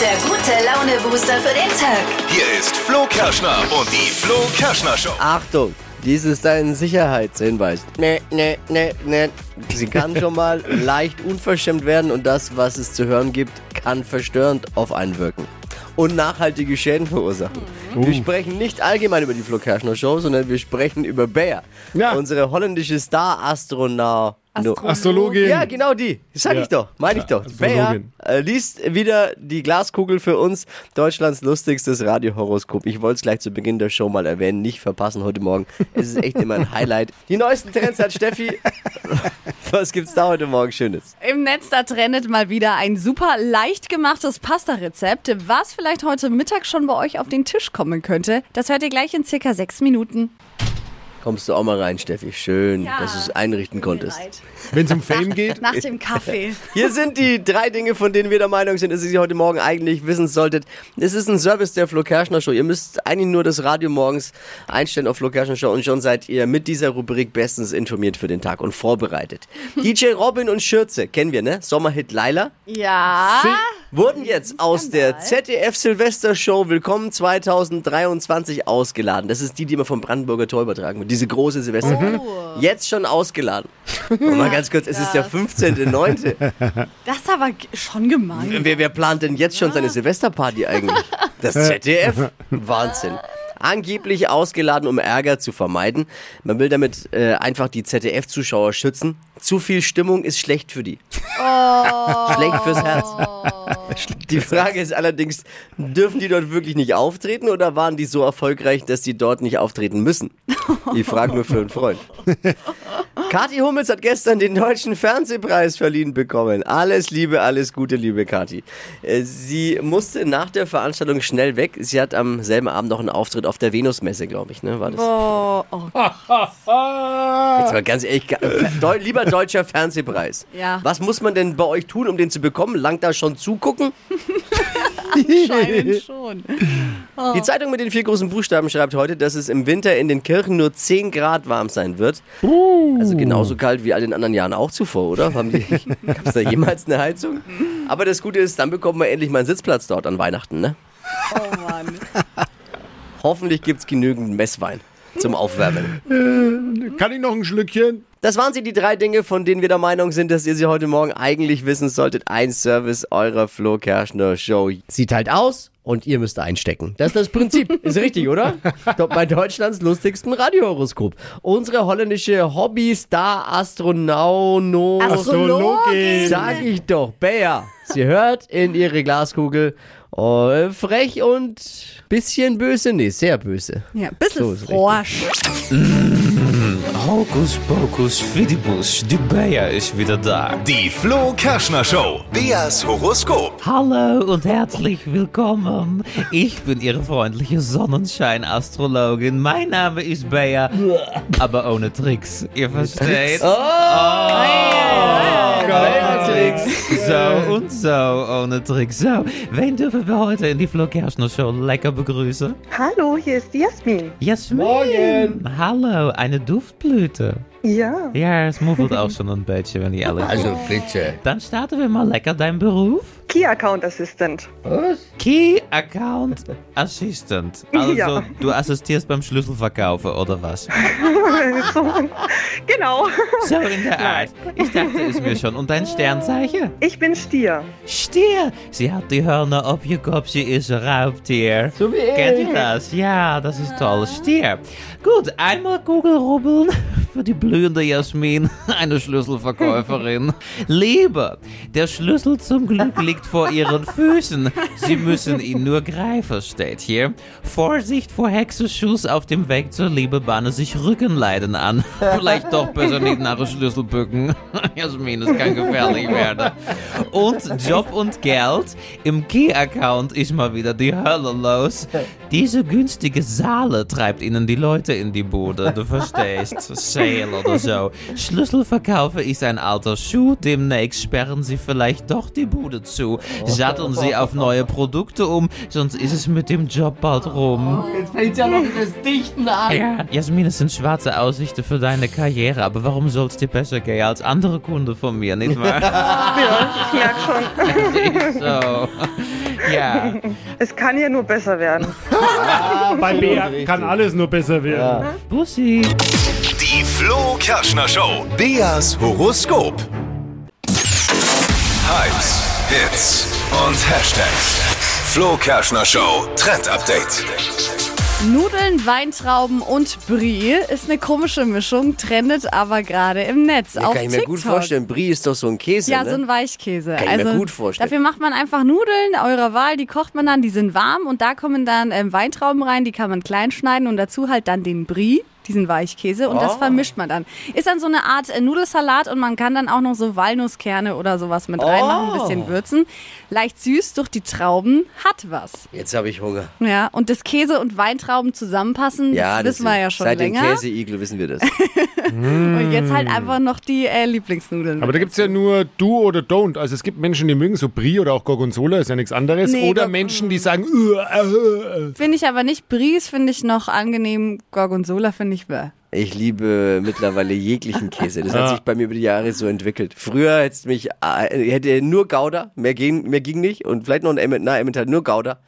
der gute Laune-Booster für den Tag. Hier ist Flo Kerschner und die Flo Kerschner Show. Achtung, dies ist ein Sicherheitshinweis. Ne, ne, ne, ne. Sie kann schon mal leicht unverschämt werden und das, was es zu hören gibt, kann verstörend auf einen wirken und nachhaltige Schäden verursachen. Wir sprechen nicht allgemein über die Flo Kerschner Show, sondern wir sprechen über Bayer, Ja. unsere holländische Star-Astronaut. Astrologin. Ja, genau die. Sag Ja. ich doch. Meine ich Ja, also doch. Bayer Astrologin. äh, liest wieder die Glaskugel für uns. Deutschlands lustigstes Radiohoroskop. Ich wollte es gleich zu Beginn der Show mal erwähnen. Nicht verpassen heute Morgen. Es ist echt immer ein Highlight. Die neuesten Trends hat Steffi. Was gibt's da heute Morgen Schönes? Im Netz, da trendet mal wieder ein super leicht gemachtes Pasta-Rezept, was vielleicht heute Mittag schon bei euch auf den Tisch kommen könnte. Das hört ihr gleich in circa sechs Minuten. Kommst du auch mal rein, Steffi. Schön, Ja, dass du es einrichten konntest. Wenn es um Fame geht. Nach dem Kaffee. Hier sind die drei Dinge, von denen wir der Meinung sind, dass ihr sie heute Morgen eigentlich wissen solltet. Es ist ein Service der Flo Kerschner Show. Ihr müsst eigentlich nur das Radio morgens einstellen auf Flo Kerschner Show und schon seid ihr mit dieser Rubrik bestens informiert für den Tag und vorbereitet. DJ Robin und Schürze, kennen wir, ne? Sommerhit Laila. Ja. Wurden jetzt aus der ZDF Silvester Show Willkommen 2023 ausgeladen. Das ist die, die immer vom Brandenburger Tor übertragen wird. Diese große Silvester. Jetzt schon ausgeladen. Und mal ganz kurz, es ist der 15.9. Das ist aber g- schon gemein. Wer, wer plant denn jetzt schon seine Silvesterparty eigentlich? Das ZDF? Wahnsinn. Angeblich ausgeladen, um Ärger zu vermeiden. Man will damit äh, einfach die ZDF-Zuschauer schützen. Zu viel Stimmung ist schlecht für die. Schlecht fürs Herz. Die Frage ist allerdings, dürfen die dort wirklich nicht auftreten oder waren die so erfolgreich, dass die dort nicht auftreten müssen? Ich frage nur für einen Freund. Kathi Hummels hat gestern den deutschen Fernsehpreis verliehen bekommen. Alles Liebe, alles Gute, liebe Kathi. Äh, Sie musste nach der Veranstaltung schnell weg. Sie hat am selben Abend noch einen Auftritt auf der Venusmesse, glaube ich, ne? War das? Oh, oh. Ah. Jetzt mal ganz ehrlich, ga- Deu lieber deutscher Fernsehpreis. Ja. Was muss man denn bei euch tun, um den zu bekommen? Langt da schon zugucken? Scheinen schon. Die Zeitung mit den vier großen Buchstaben schreibt heute, dass es im Winter in den Kirchen nur 10 Grad warm sein wird. Also genauso kalt wie all den anderen Jahren auch zuvor, oder? Haben die, gab's da jemals eine Heizung? Aber das Gute ist, dann bekommen wir endlich mal einen Sitzplatz dort an Weihnachten, ne? Oh Mann. Hoffentlich gibt's genügend Messwein zum Aufwärmen. Kann ich noch ein Schlückchen? Das waren sie, die drei Dinge, von denen wir der Meinung sind, dass ihr sie heute Morgen eigentlich wissen solltet. Ein Service eurer Flo Kerschner Show. Sieht halt aus und ihr müsst einstecken. Das ist das Prinzip. ist richtig, oder? Top bei Deutschlands lustigsten Radiohoroskop. Unsere holländische Hobby-Star-Astronauno... Also Astrologin. Sag ich doch, Bea. Sie hört in ihre Glaskugel. Oh, frech und bisschen böse. Nee, sehr böse. Ja, bisschen So ist richtig. forsch. Hocus pocus fidibus, de Bea is wieder da. Die Flo Kerschner Show. Beas Horoskop. Hallo und herzlich willkommen. Ich bin Ihre freundliche Sonnenschein-Astrologin. Mein Name ist Bea, aber ohne Tricks. Ihr versteht? Oh, So und so, ohne Tricks. So, wen dürfen wir heute in eh, die Flo Kerschner Show lecker begrüßen? Hallo, hier ist die Jasmin. Jasmin. Morgen. Hallo, eine Duftblüte. Ja, Ja, es muffelt auch schon ein beetje, wenn ich ehrlich bin. Also bitte. Dann starten wir mal lecker deinen Beruf. Key Account Assistant. Key Account Assistant. Also, Ja. du assistierst beim Schlüsselverkaufen oder was? so, genau. So in der Art. Ich dachte es mir schon. Und dein Sternzeichen? Ich bin Stier. Stier. Sie hat die Hörner auf ihr Kopf, sie ist ein Raubtier. So wie Kennt ihr das? Ja, das ist toll. Stier. Gut, einmal Kugelrubbeln für die blühende Jasmin, eine Schlüsselverkäuferin. Liebe, der Schlüssel zum Glück liegt vor ihren Füßen. Sie müssen ihn nur greifen, steht hier. Vorsicht vor Hexenschuss auf dem Weg zur Liebe bahne sich Rückenleiden an. Vielleicht doch besser nicht nach dem Schlüssel bücken. Jasmin, es kann gefährlich werden. Und Job und Geld. Im Key-Account ist mal wieder die Hölle los. Diese günstige Saale treibt ihnen die Leute in die Bude. Du verstehst. Sale oder so. Schlüsselverkaufe ist ein alter Schuh. Demnächst sperren sie vielleicht doch die Bude zu. Satteln sie auf neue Produkte um, sonst ist es mit dem Job bald rum. Ja, Jasmin, es sind schwarze Aussichten für deine Karriere, aber warum soll es dir besser gehen als andere Kunden von mir, nicht wahr? Ja, merke schon, So. Ja. es kann ja nur besser werden. Bei Bär kann alles nur besser werden. Bussi. Die Flo Kerschner Show. Beas Horoskop. Hypes, Hits und Hashtags. Flo Kerschner Show Trend Update. Nudeln, Weintrauben und Brie ist eine komische Mischung, trendet aber gerade im Netz. Ja, auf kann ich mir TikTok. gut vorstellen. Brie ist doch so ein Käse, Ja, ne? so ein Weichkäse. Also Kann ich mir gut vorstellen. Dafür macht man einfach Nudeln eurer Wahl, die kocht man dann, die sind warm und da kommen dann ähm, Weintrauben rein, die kann man klein schneiden und dazu halt dann den Brie, diesen Weichkäse und Oh. das vermischt man dann. Ist dann so eine Art äh, Nudelsalat und man kann dann auch noch so Walnusskerne oder sowas mit reinmachen, ein Oh. bisschen würzen. Leicht süß durch die Trauben, hat was. Jetzt habe ich Hunger. Ja, und das Käse und Weintrauben zusammenpassen, Ja, das wissen wir ja schon Seit länger. dem Käseigel wissen wir das. Und jetzt halt einfach noch die äh, Lieblingsnudeln. Aber da gibt es ja nur Do oder Don't. Also es gibt Menschen, die mögen so Brie oder auch Gorgonzola, ist ja nichts anderes. Nee, oder Gor- Menschen, Mm. die sagen, "Uah, äh, äh." Finde ich aber nicht. Bries finde ich noch angenehm. Gorgonzola finde ich bäh. Ich liebe mittlerweile jeglichen Käse. Das hat sich bei mir über die Jahre so entwickelt. Früher hätte mich äh, hätte nur Gouda, mehr ging, mehr ging nicht und vielleicht noch ein Emmental, nein, Emmental nur Gouda.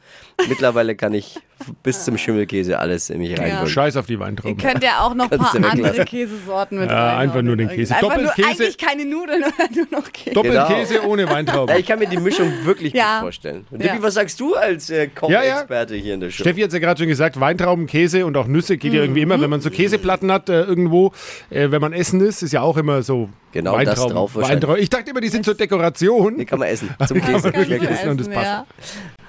Mittlerweile kann ich bis zum Schimmelkäse alles in mich reinbringen. äh. Scheiß auf die Ihr Weintrauben. könnt ja auch noch ein Kannst paar du weglassen. andere Käsesorten mit Ja, reinhauen. einfach nur den Käse. Einfach nur Doppelkäse. eigentlich keine Nudeln, sondern nur noch Käse. Genau. Doppelkäse ohne Ja, Weintrauben. ich kann mir die Mischung wirklich Ja. gut vorstellen. Und Ja. Dippi, was sagst du als äh, Ja, ja. Kochexperte hier in der Show? Steffi hat ja gerade schon gesagt, Weintrauben, Käse und auch Nüsse geht ja irgendwie immer. Wenn man so Käseplatten hat äh, irgendwo, äh, wenn man essen isst, ist ja auch immer so Genau das Weintrauben. drauf wahrscheinlich. Weintrauben. Ich dachte immer, die sind zur Dekoration. Die kann man essen zum Käse. man wirklich Schmeckt essen. und das passt. Ja.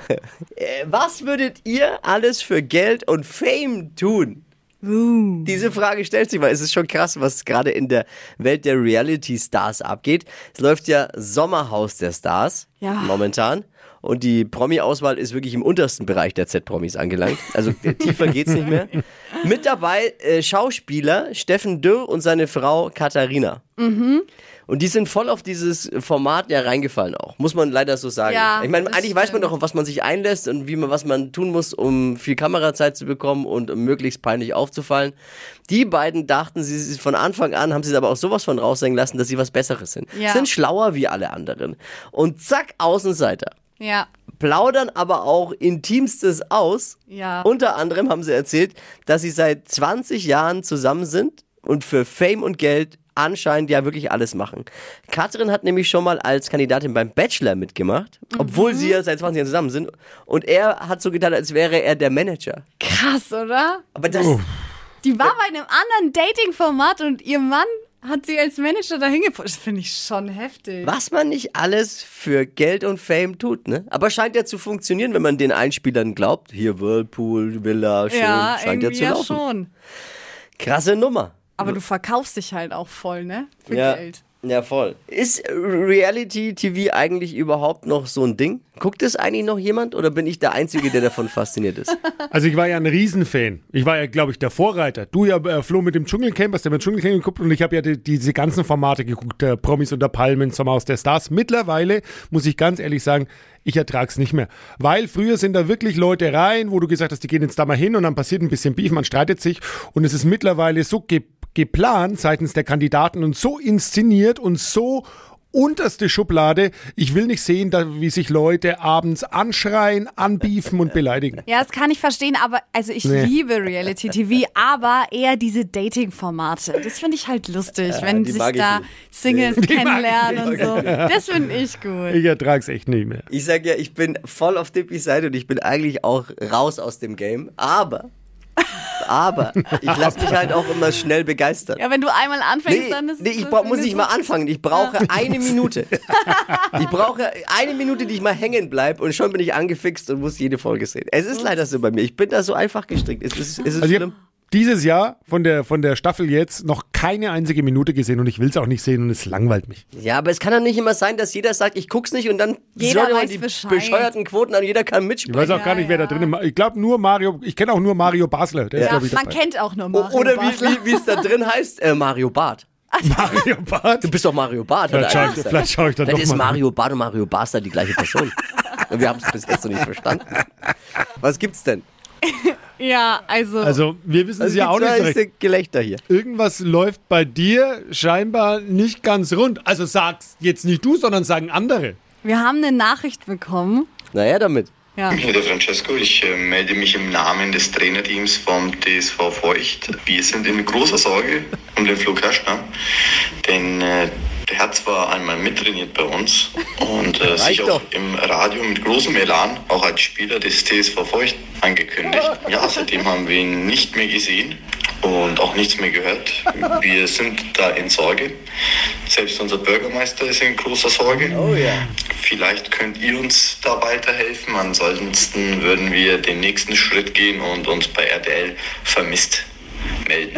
Äh, Was würdet ihr alles für Geld und Fame tun? Uh. Diese Frage stellt sich mal. Es ist schon krass, was gerade in der Welt der Reality-Stars abgeht. Es läuft ja Sommerhaus der Stars Ja. momentan. Und die Promi-Auswahl ist wirklich im untersten Bereich der Z-Promis angelangt. Also äh, tiefer geht's nicht mehr. Mit dabei äh, Schauspieler Steffen Dürr und seine Frau Katharina. Mhm. Und die sind voll auf dieses Format ja reingefallen auch. Muss man leider so sagen. Ja, ich meine, das eigentlich weiß man stimmt. doch, auf was man sich einlässt und wie man, was man tun muss, um viel Kamerazeit zu bekommen und um möglichst peinlich aufzufallen. Die beiden dachten, sie sie- von Anfang an haben sie es aber auch sowas von raushängen lassen, dass sie was Besseres sind. Ja. Sind schlauer wie alle anderen. Und zack, Außenseiter. ja. Plaudern aber auch intimstes aus. Ja. Unter anderem haben sie erzählt, dass sie seit 20 Jahren zusammen sind und für Fame und Geld anscheinend ja wirklich alles machen. Katrin hat nämlich schon mal als Kandidatin beim Bachelor mitgemacht, Mhm. obwohl sie ja seit 20 Jahren zusammen sind. Und er hat so getan, als wäre er der Manager. Krass, oder? Aber das, Die war bei einem anderen Dating-Format und ihr Mann hat sie als Manager dahin gepusht. Das finde ich schon heftig. was man nicht alles für Geld und Fame tut, ne? Aber scheint ja zu funktionieren, wenn man den Einspielern glaubt. Hier Whirlpool, Villa, schön, Ja, scheint ja irgendwie zu ja, laufen. schon. Krasse Nummer. Aber du verkaufst dich halt auch voll, ne? Für Geld. Ja, voll. Ist Reality-TV eigentlich überhaupt noch so ein Ding? Guckt es eigentlich noch jemand oder bin ich der Einzige, der davon fasziniert ist? Also ich war ja ein Riesenfan. Ich war ja, glaube ich, der Vorreiter. Du ja, äh, Flo, mit dem Dschungelcamp, hast ja mit Dschungelcamp geguckt und ich habe ja die, diese ganzen Formate geguckt, äh, Promis unter Palmen, Sommerhaus der Stars. Mittlerweile, muss ich ganz ehrlich sagen, ich ertrag's nicht mehr. Weil früher sind da wirklich Leute rein, wo du gesagt hast, die gehen jetzt da mal hin und dann passiert ein bisschen Beef, man streitet sich und es ist mittlerweile so ge geplant seitens der Kandidaten und so inszeniert und so unterste Schublade. Ich will nicht sehen, da, wie sich Leute abends anschreien, anbiefen und beleidigen. Ja, das kann ich verstehen, aber also ich Nee. liebe Reality TV, aber eher diese Dating-Formate. Das finde ich halt lustig, wenn die sich mag ich da nicht. Singles Die mag ich kennenlernen und so. Das finde ich gut. Ich ertrag's echt nicht mehr. Ich sag ja, ich bin voll auf Dippys Seite und ich bin eigentlich auch raus aus dem Game, aber, aber, ich lasse mich halt auch immer schnell begeistern. Ja, wenn du einmal anfängst, Nee, dann ist nee, es. ich brauch, muss nicht mal anfangen. Ich brauche eine Minute. Ich brauche eine Minute, die ich mal hängen bleibe und schon bin ich angefixt und muss jede Folge sehen. Es ist leider so bei mir. Ich bin da so einfach gestrickt. Es ist, es ist Also ich schlimm. habe dieses Jahr von der, von der Staffel jetzt noch keine einzige Minute gesehen und ich will's auch nicht sehen und es langweilt mich. Ja, aber es kann doch nicht immer sein, dass jeder sagt, ich guck's nicht und dann Jeder sollen immer weiß die Bescheid. bescheuerten Quoten an, jeder kann Ich mitsprechen. weiß auch gar nicht, wer da drin ist. Ich glaube nur Mario, ich kenne auch nur Mario Basler. Der ist, Ja, glaube ich, man dabei. kennt auch noch O- mal. Oder wie, wie, wie es da drin heißt, äh, Mario Barth. Mario Bart. Du bist doch Mario Barth. Vielleicht hat schaue einer ich, gesagt. vielleicht schau ich da Vielleicht doch ist mal. Mario Barth und Mario Basta die gleiche Person. Und wir haben es bis jetzt noch nicht verstanden. Was gibt's denn? Ja, also, Also, wir wissen es Also ja auch nicht gibt's so da recht. ist Gelächter hier. Irgendwas läuft bei dir scheinbar nicht ganz rund. Also sag's jetzt nicht du, sondern sagen andere. Wir haben eine Nachricht bekommen. Naja, damit. Ja. Oder Francesco, ich äh, melde mich im Namen des Trainerteams vom TSV Feucht. Wir sind in großer Sorge um den Flo Kerschner, denn äh, der hat zwar einmal mittrainiert bei uns und äh, sich Reicht auch doch. im Radio mit großem Elan auch als Spieler des TSV Feucht angekündigt. Ja, seitdem haben wir ihn nicht mehr gesehen und auch nichts mehr gehört. Wir sind da in Sorge. Selbst unser Bürgermeister ist in großer Sorge. Oh ja. Vielleicht könnt ihr uns da weiterhelfen. Ansonsten würden wir den nächsten Schritt gehen und uns bei RTL vermisst melden.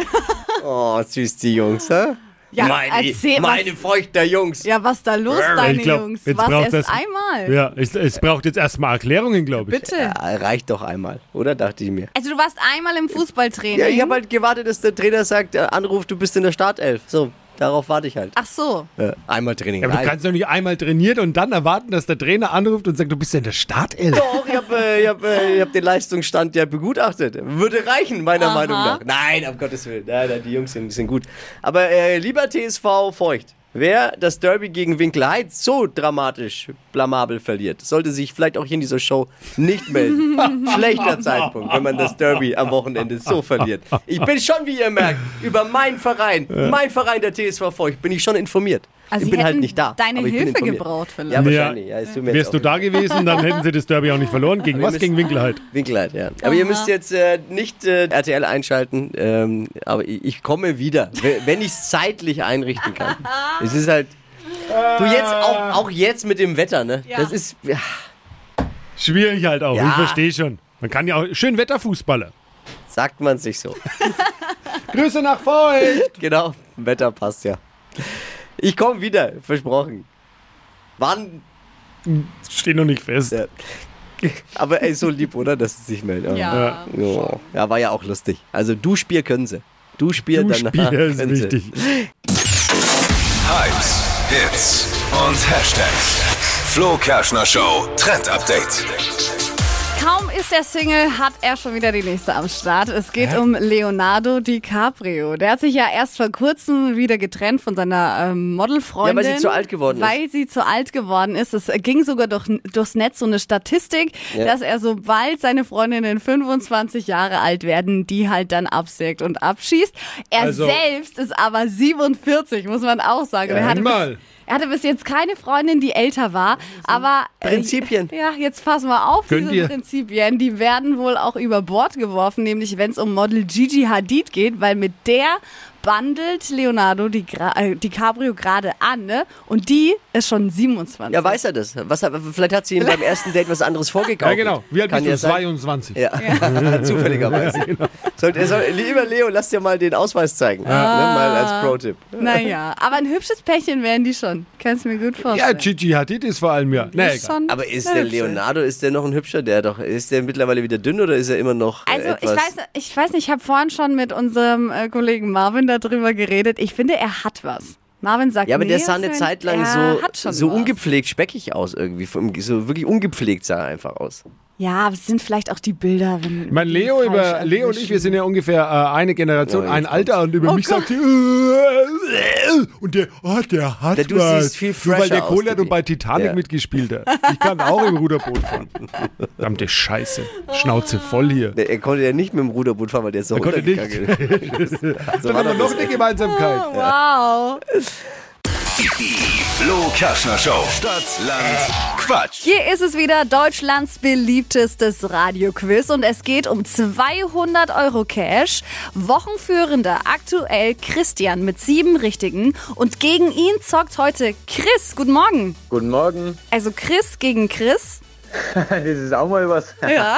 Oh, süß die Jungs, hä? Ja, meine, erzähl was- meine feuchter Jungs. Ja, was da los, deine glaub, Jungs? jetzt Was braucht das- erst einmal? Ja, es, es braucht jetzt erstmal Erklärungen, glaube ich. Bitte. Ja, reicht doch einmal, oder? Dachte ich mir. Also du warst einmal im Fußballtraining. Ja, ich habe halt gewartet, dass der Trainer sagt, äh, Anruf, du bist in der Startelf. So, darauf warte ich halt. Ach so. Äh, einmal Training. Ja, aber du reicht. kannst doch nicht einmal trainieren und dann erwarten, dass der Trainer anruft und sagt, du bist ja in der Startelf. Doch, ich habe äh, ich hab, äh, ich hab den Leistungsstand ja begutachtet. Würde reichen, meiner Aha. Meinung nach. Nein, um Gottes Willen. Nein, nein, die Jungs sind, sind gut. Aber äh, lieber TSV Feucht, wer das Derby gegen Winkelheit so dramatisch blamabel verliert, sollte sich vielleicht auch hier in dieser Show nicht melden. Schlechter Zeitpunkt, wenn man das Derby am Wochenende so verliert. Ich bin schon, wie ihr merkt, über meinen Verein, mein Verein der TSV Feucht, bin ich schon informiert. Also ich sie bin halt hätten nicht da. deine aber ich bin Hilfe informiert. gebraucht vielleicht. Ja, Ja. wahrscheinlich. Ja, es tut mir jetzt Wärst du auch da gewesen, dann hätten sie das Derby auch nicht verloren. Gegen was? müssen- Gegen halt. Winkelheit. Winkelheit, ja. Aber ihr müsst jetzt äh, nicht äh, RTL einschalten, ähm, aber ich, ich komme wieder, we- wenn ich es zeitlich einrichten kann. es ist halt. Du jetzt auch, auch jetzt mit dem Wetter, ne? Ja. Das ist. Ja, Schwierig halt auch, Ja. ich verstehe schon. Man kann ja auch schön Wetterfußballer. sagt man sich so. Grüße nach Feucht! genau, Wetter passt ja. Ich komme wieder, versprochen. Wann? Steht noch nicht fest. Ja. Aber ey, so lieb, oder? Dass sie sich melden. Ja. Ja. ja, war ja auch lustig. Also du Spiel können sie. Du Spiel Du danach Spieler ist können sie. wichtig. Hypes, Hits und Hashtags. Flo Kerschner Show Trend Update. Kaum ist er Single, hat er schon wieder die nächste am Start. Es geht um Leonardo DiCaprio. Der hat sich ja erst vor kurzem wieder getrennt von seiner ähm, Modelfreundin. Ja, weil sie zu alt geworden ist. Weil sie zu alt geworden ist. Es ging sogar durch, durchs Netz so eine Statistik, Ja. dass er sobald seine Freundinnen 25 Jahre alt werden, die halt dann absägt und abschießt. Er Also- selbst ist aber 47, muss man auch sagen. Und er, hatte einmal. bis, er hatte bis jetzt keine Freundin, die älter war, aber... äh, Prinzipien. Ja, jetzt pass mal auf, Gönn diese dir. Prinzipien, die werden wohl auch über Bord geworfen, nämlich wenn es um Model Gigi Hadid geht, weil mit der bandelt Leonardo Di Gra- äh, DiCaprio gerade an, ne? Und die ist schon 27. Ja, weiß er das? Was, hat- vielleicht hat sie ihm beim ersten Date was anderes vorgekauft. Ja, genau. Wie alt Kann bist du? ja sein. 22. Ja, zufälligerweise. genau. Sollt- er soll, lieber Leo, lass dir mal den Ausweis zeigen. Ah. Ne, mal als Pro-Tipp. Naja, aber ein hübsches Pärchen werden die schon. Kannst du mir gut Ja, vorstellen. Gigi Hadid ist vor allem ja. Na, Ist egal. schon Aber ist eine der hübsche. Leonardo, ist der noch ein hübscher? Der doch, ist der mittlerweile wieder dünn oder ist er immer noch äh, Also ich etwas? weiß, ich weiß nicht, ich habe vorhin schon mit unserem äh, Kollegen Marvin darüber geredet. Ich finde, er hat was. Marvin sagt ja, aber der nee, sah eine Sven, Zeit lang er hat so, schon so was. ungepflegt speckig aus irgendwie. Vom- So wirklich ungepflegt sah er einfach aus. Ja, aber es sind vielleicht auch die Bilder. Wenn Mein Leo, die falsch über, Leo und ich, wir erwischen. sind ja ungefähr äh, eine Generation, Ja, ein jetzt Alter und über Oh mich Gott. sagt sie äh, äh, und der, oh, der hat Der- du was. siehst viel Nur weil der fresher Kohle aus, hat und Didi. bei Titanic Ja. mitgespielt hat. Ich kann auch im Ruderboot fahren. Verdammte Scheiße. Schnauze voll hier. Der, er konnte ja nicht mit dem Ruderboot fahren, weil der ist so Er konnte runtergegangen. nicht. so Dann war haben wir doch noch das. eine Gemeinsamkeit. Wow. Flo Kerschner Show. Stadt, Land, Quatsch. Hier ist es wieder Deutschlands beliebtestes Radioquiz und es geht um 200 Euro Cash. Wochenführender aktuell Christian mit sieben Richtigen und gegen ihn zockt heute Chris. Guten Morgen. Guten Morgen. Also Chris gegen Chris. Das ist auch mal was. Ja.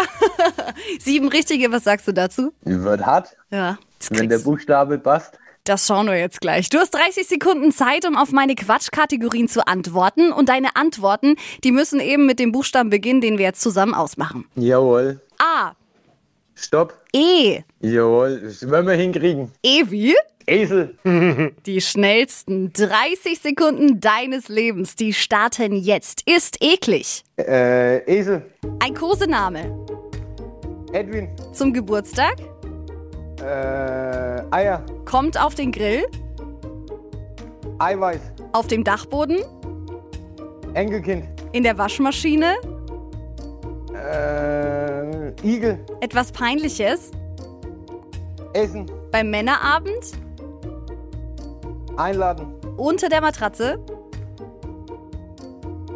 sieben Richtige, was sagst du dazu? Wird hart, Ja. das wenn der kriegst- Buchstabe passt. Das schauen wir jetzt gleich. Du hast 30 Sekunden Zeit, um auf meine Quatschkategorien zu antworten. Und deine Antworten, die müssen eben mit dem Buchstaben beginnen, den wir jetzt zusammen ausmachen. Jawohl. A. Stopp. E. Jawohl. Das werden wir hinkriegen. E wie? Esel. Die schnellsten 30 Sekunden deines Lebens, die starten jetzt. Ist eklig. Äh, Esel. Ein Kosename. Edwin. Zum Geburtstag. Äh, Eier. Kommt auf den Grill. Eiweiß. Auf dem Dachboden. Enkelkind. In der Waschmaschine? Äh, Igel. Etwas Peinliches? Essen. Beim Männerabend? Einladen. Unter der Matratze?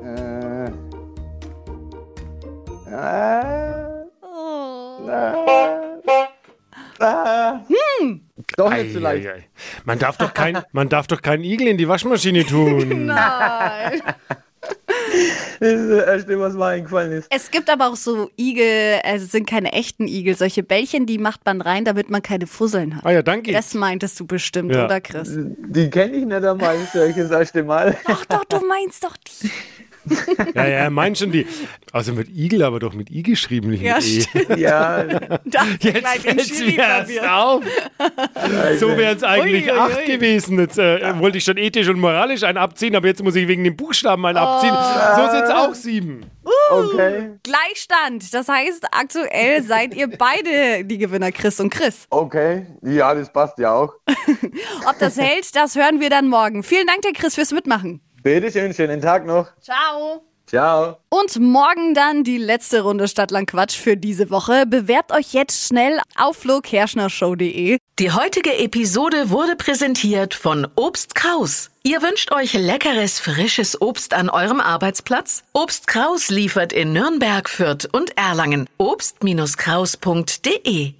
Äh. Äh. Äh. Hm. Doch nicht so leicht. Eieiei. Man darf doch kein, man darf doch keinen Igel in die Waschmaschine tun. Genau. Nein. Das ist das Erste, was mir eingefallen ist. Es gibt aber auch so Igel, also es sind keine echten Igel, solche Bällchen, die macht man rein, damit man keine Fusseln hat. Ah ja, danke. Das meintest du bestimmt, Ja. oder Chris? Die kenne ich nicht einmal, ich sage das erste Mal. Doch, doch, du meinst doch die. Ja, ja, mein schon die. Außerdem wird Igel aber doch mit I geschrieben, nicht Ja, mit E. stimmt. Ja, Da Jetzt fällt's mir erst auf. So wären es eigentlich Ui, ui, acht ui. gewesen. Jetzt äh, wollte ich schon ethisch und moralisch einen abziehen, aber jetzt muss ich wegen dem Buchstaben Oh. einen abziehen. So sind es auch sieben. okay. Gleichstand. Das heißt, aktuell seid ihr beide die Gewinner, Chris und Chris. Okay, ja, das passt ja auch. Ob das hält, das hören wir dann morgen. Vielen Dank, der Chris, fürs Mitmachen. Bitteschön, schönen Tag noch. Ciao. Ciao. Und morgen dann die letzte Runde Stadtlandquatsch für diese Woche. Bewerbt euch jetzt schnell auf flokerschnershow.de. Die heutige Episode wurde präsentiert von Obst Kraus. Ihr wünscht euch leckeres, frisches Obst an eurem Arbeitsplatz? Obst Kraus liefert in Nürnberg, Fürth und Erlangen. Obst-Kraus.de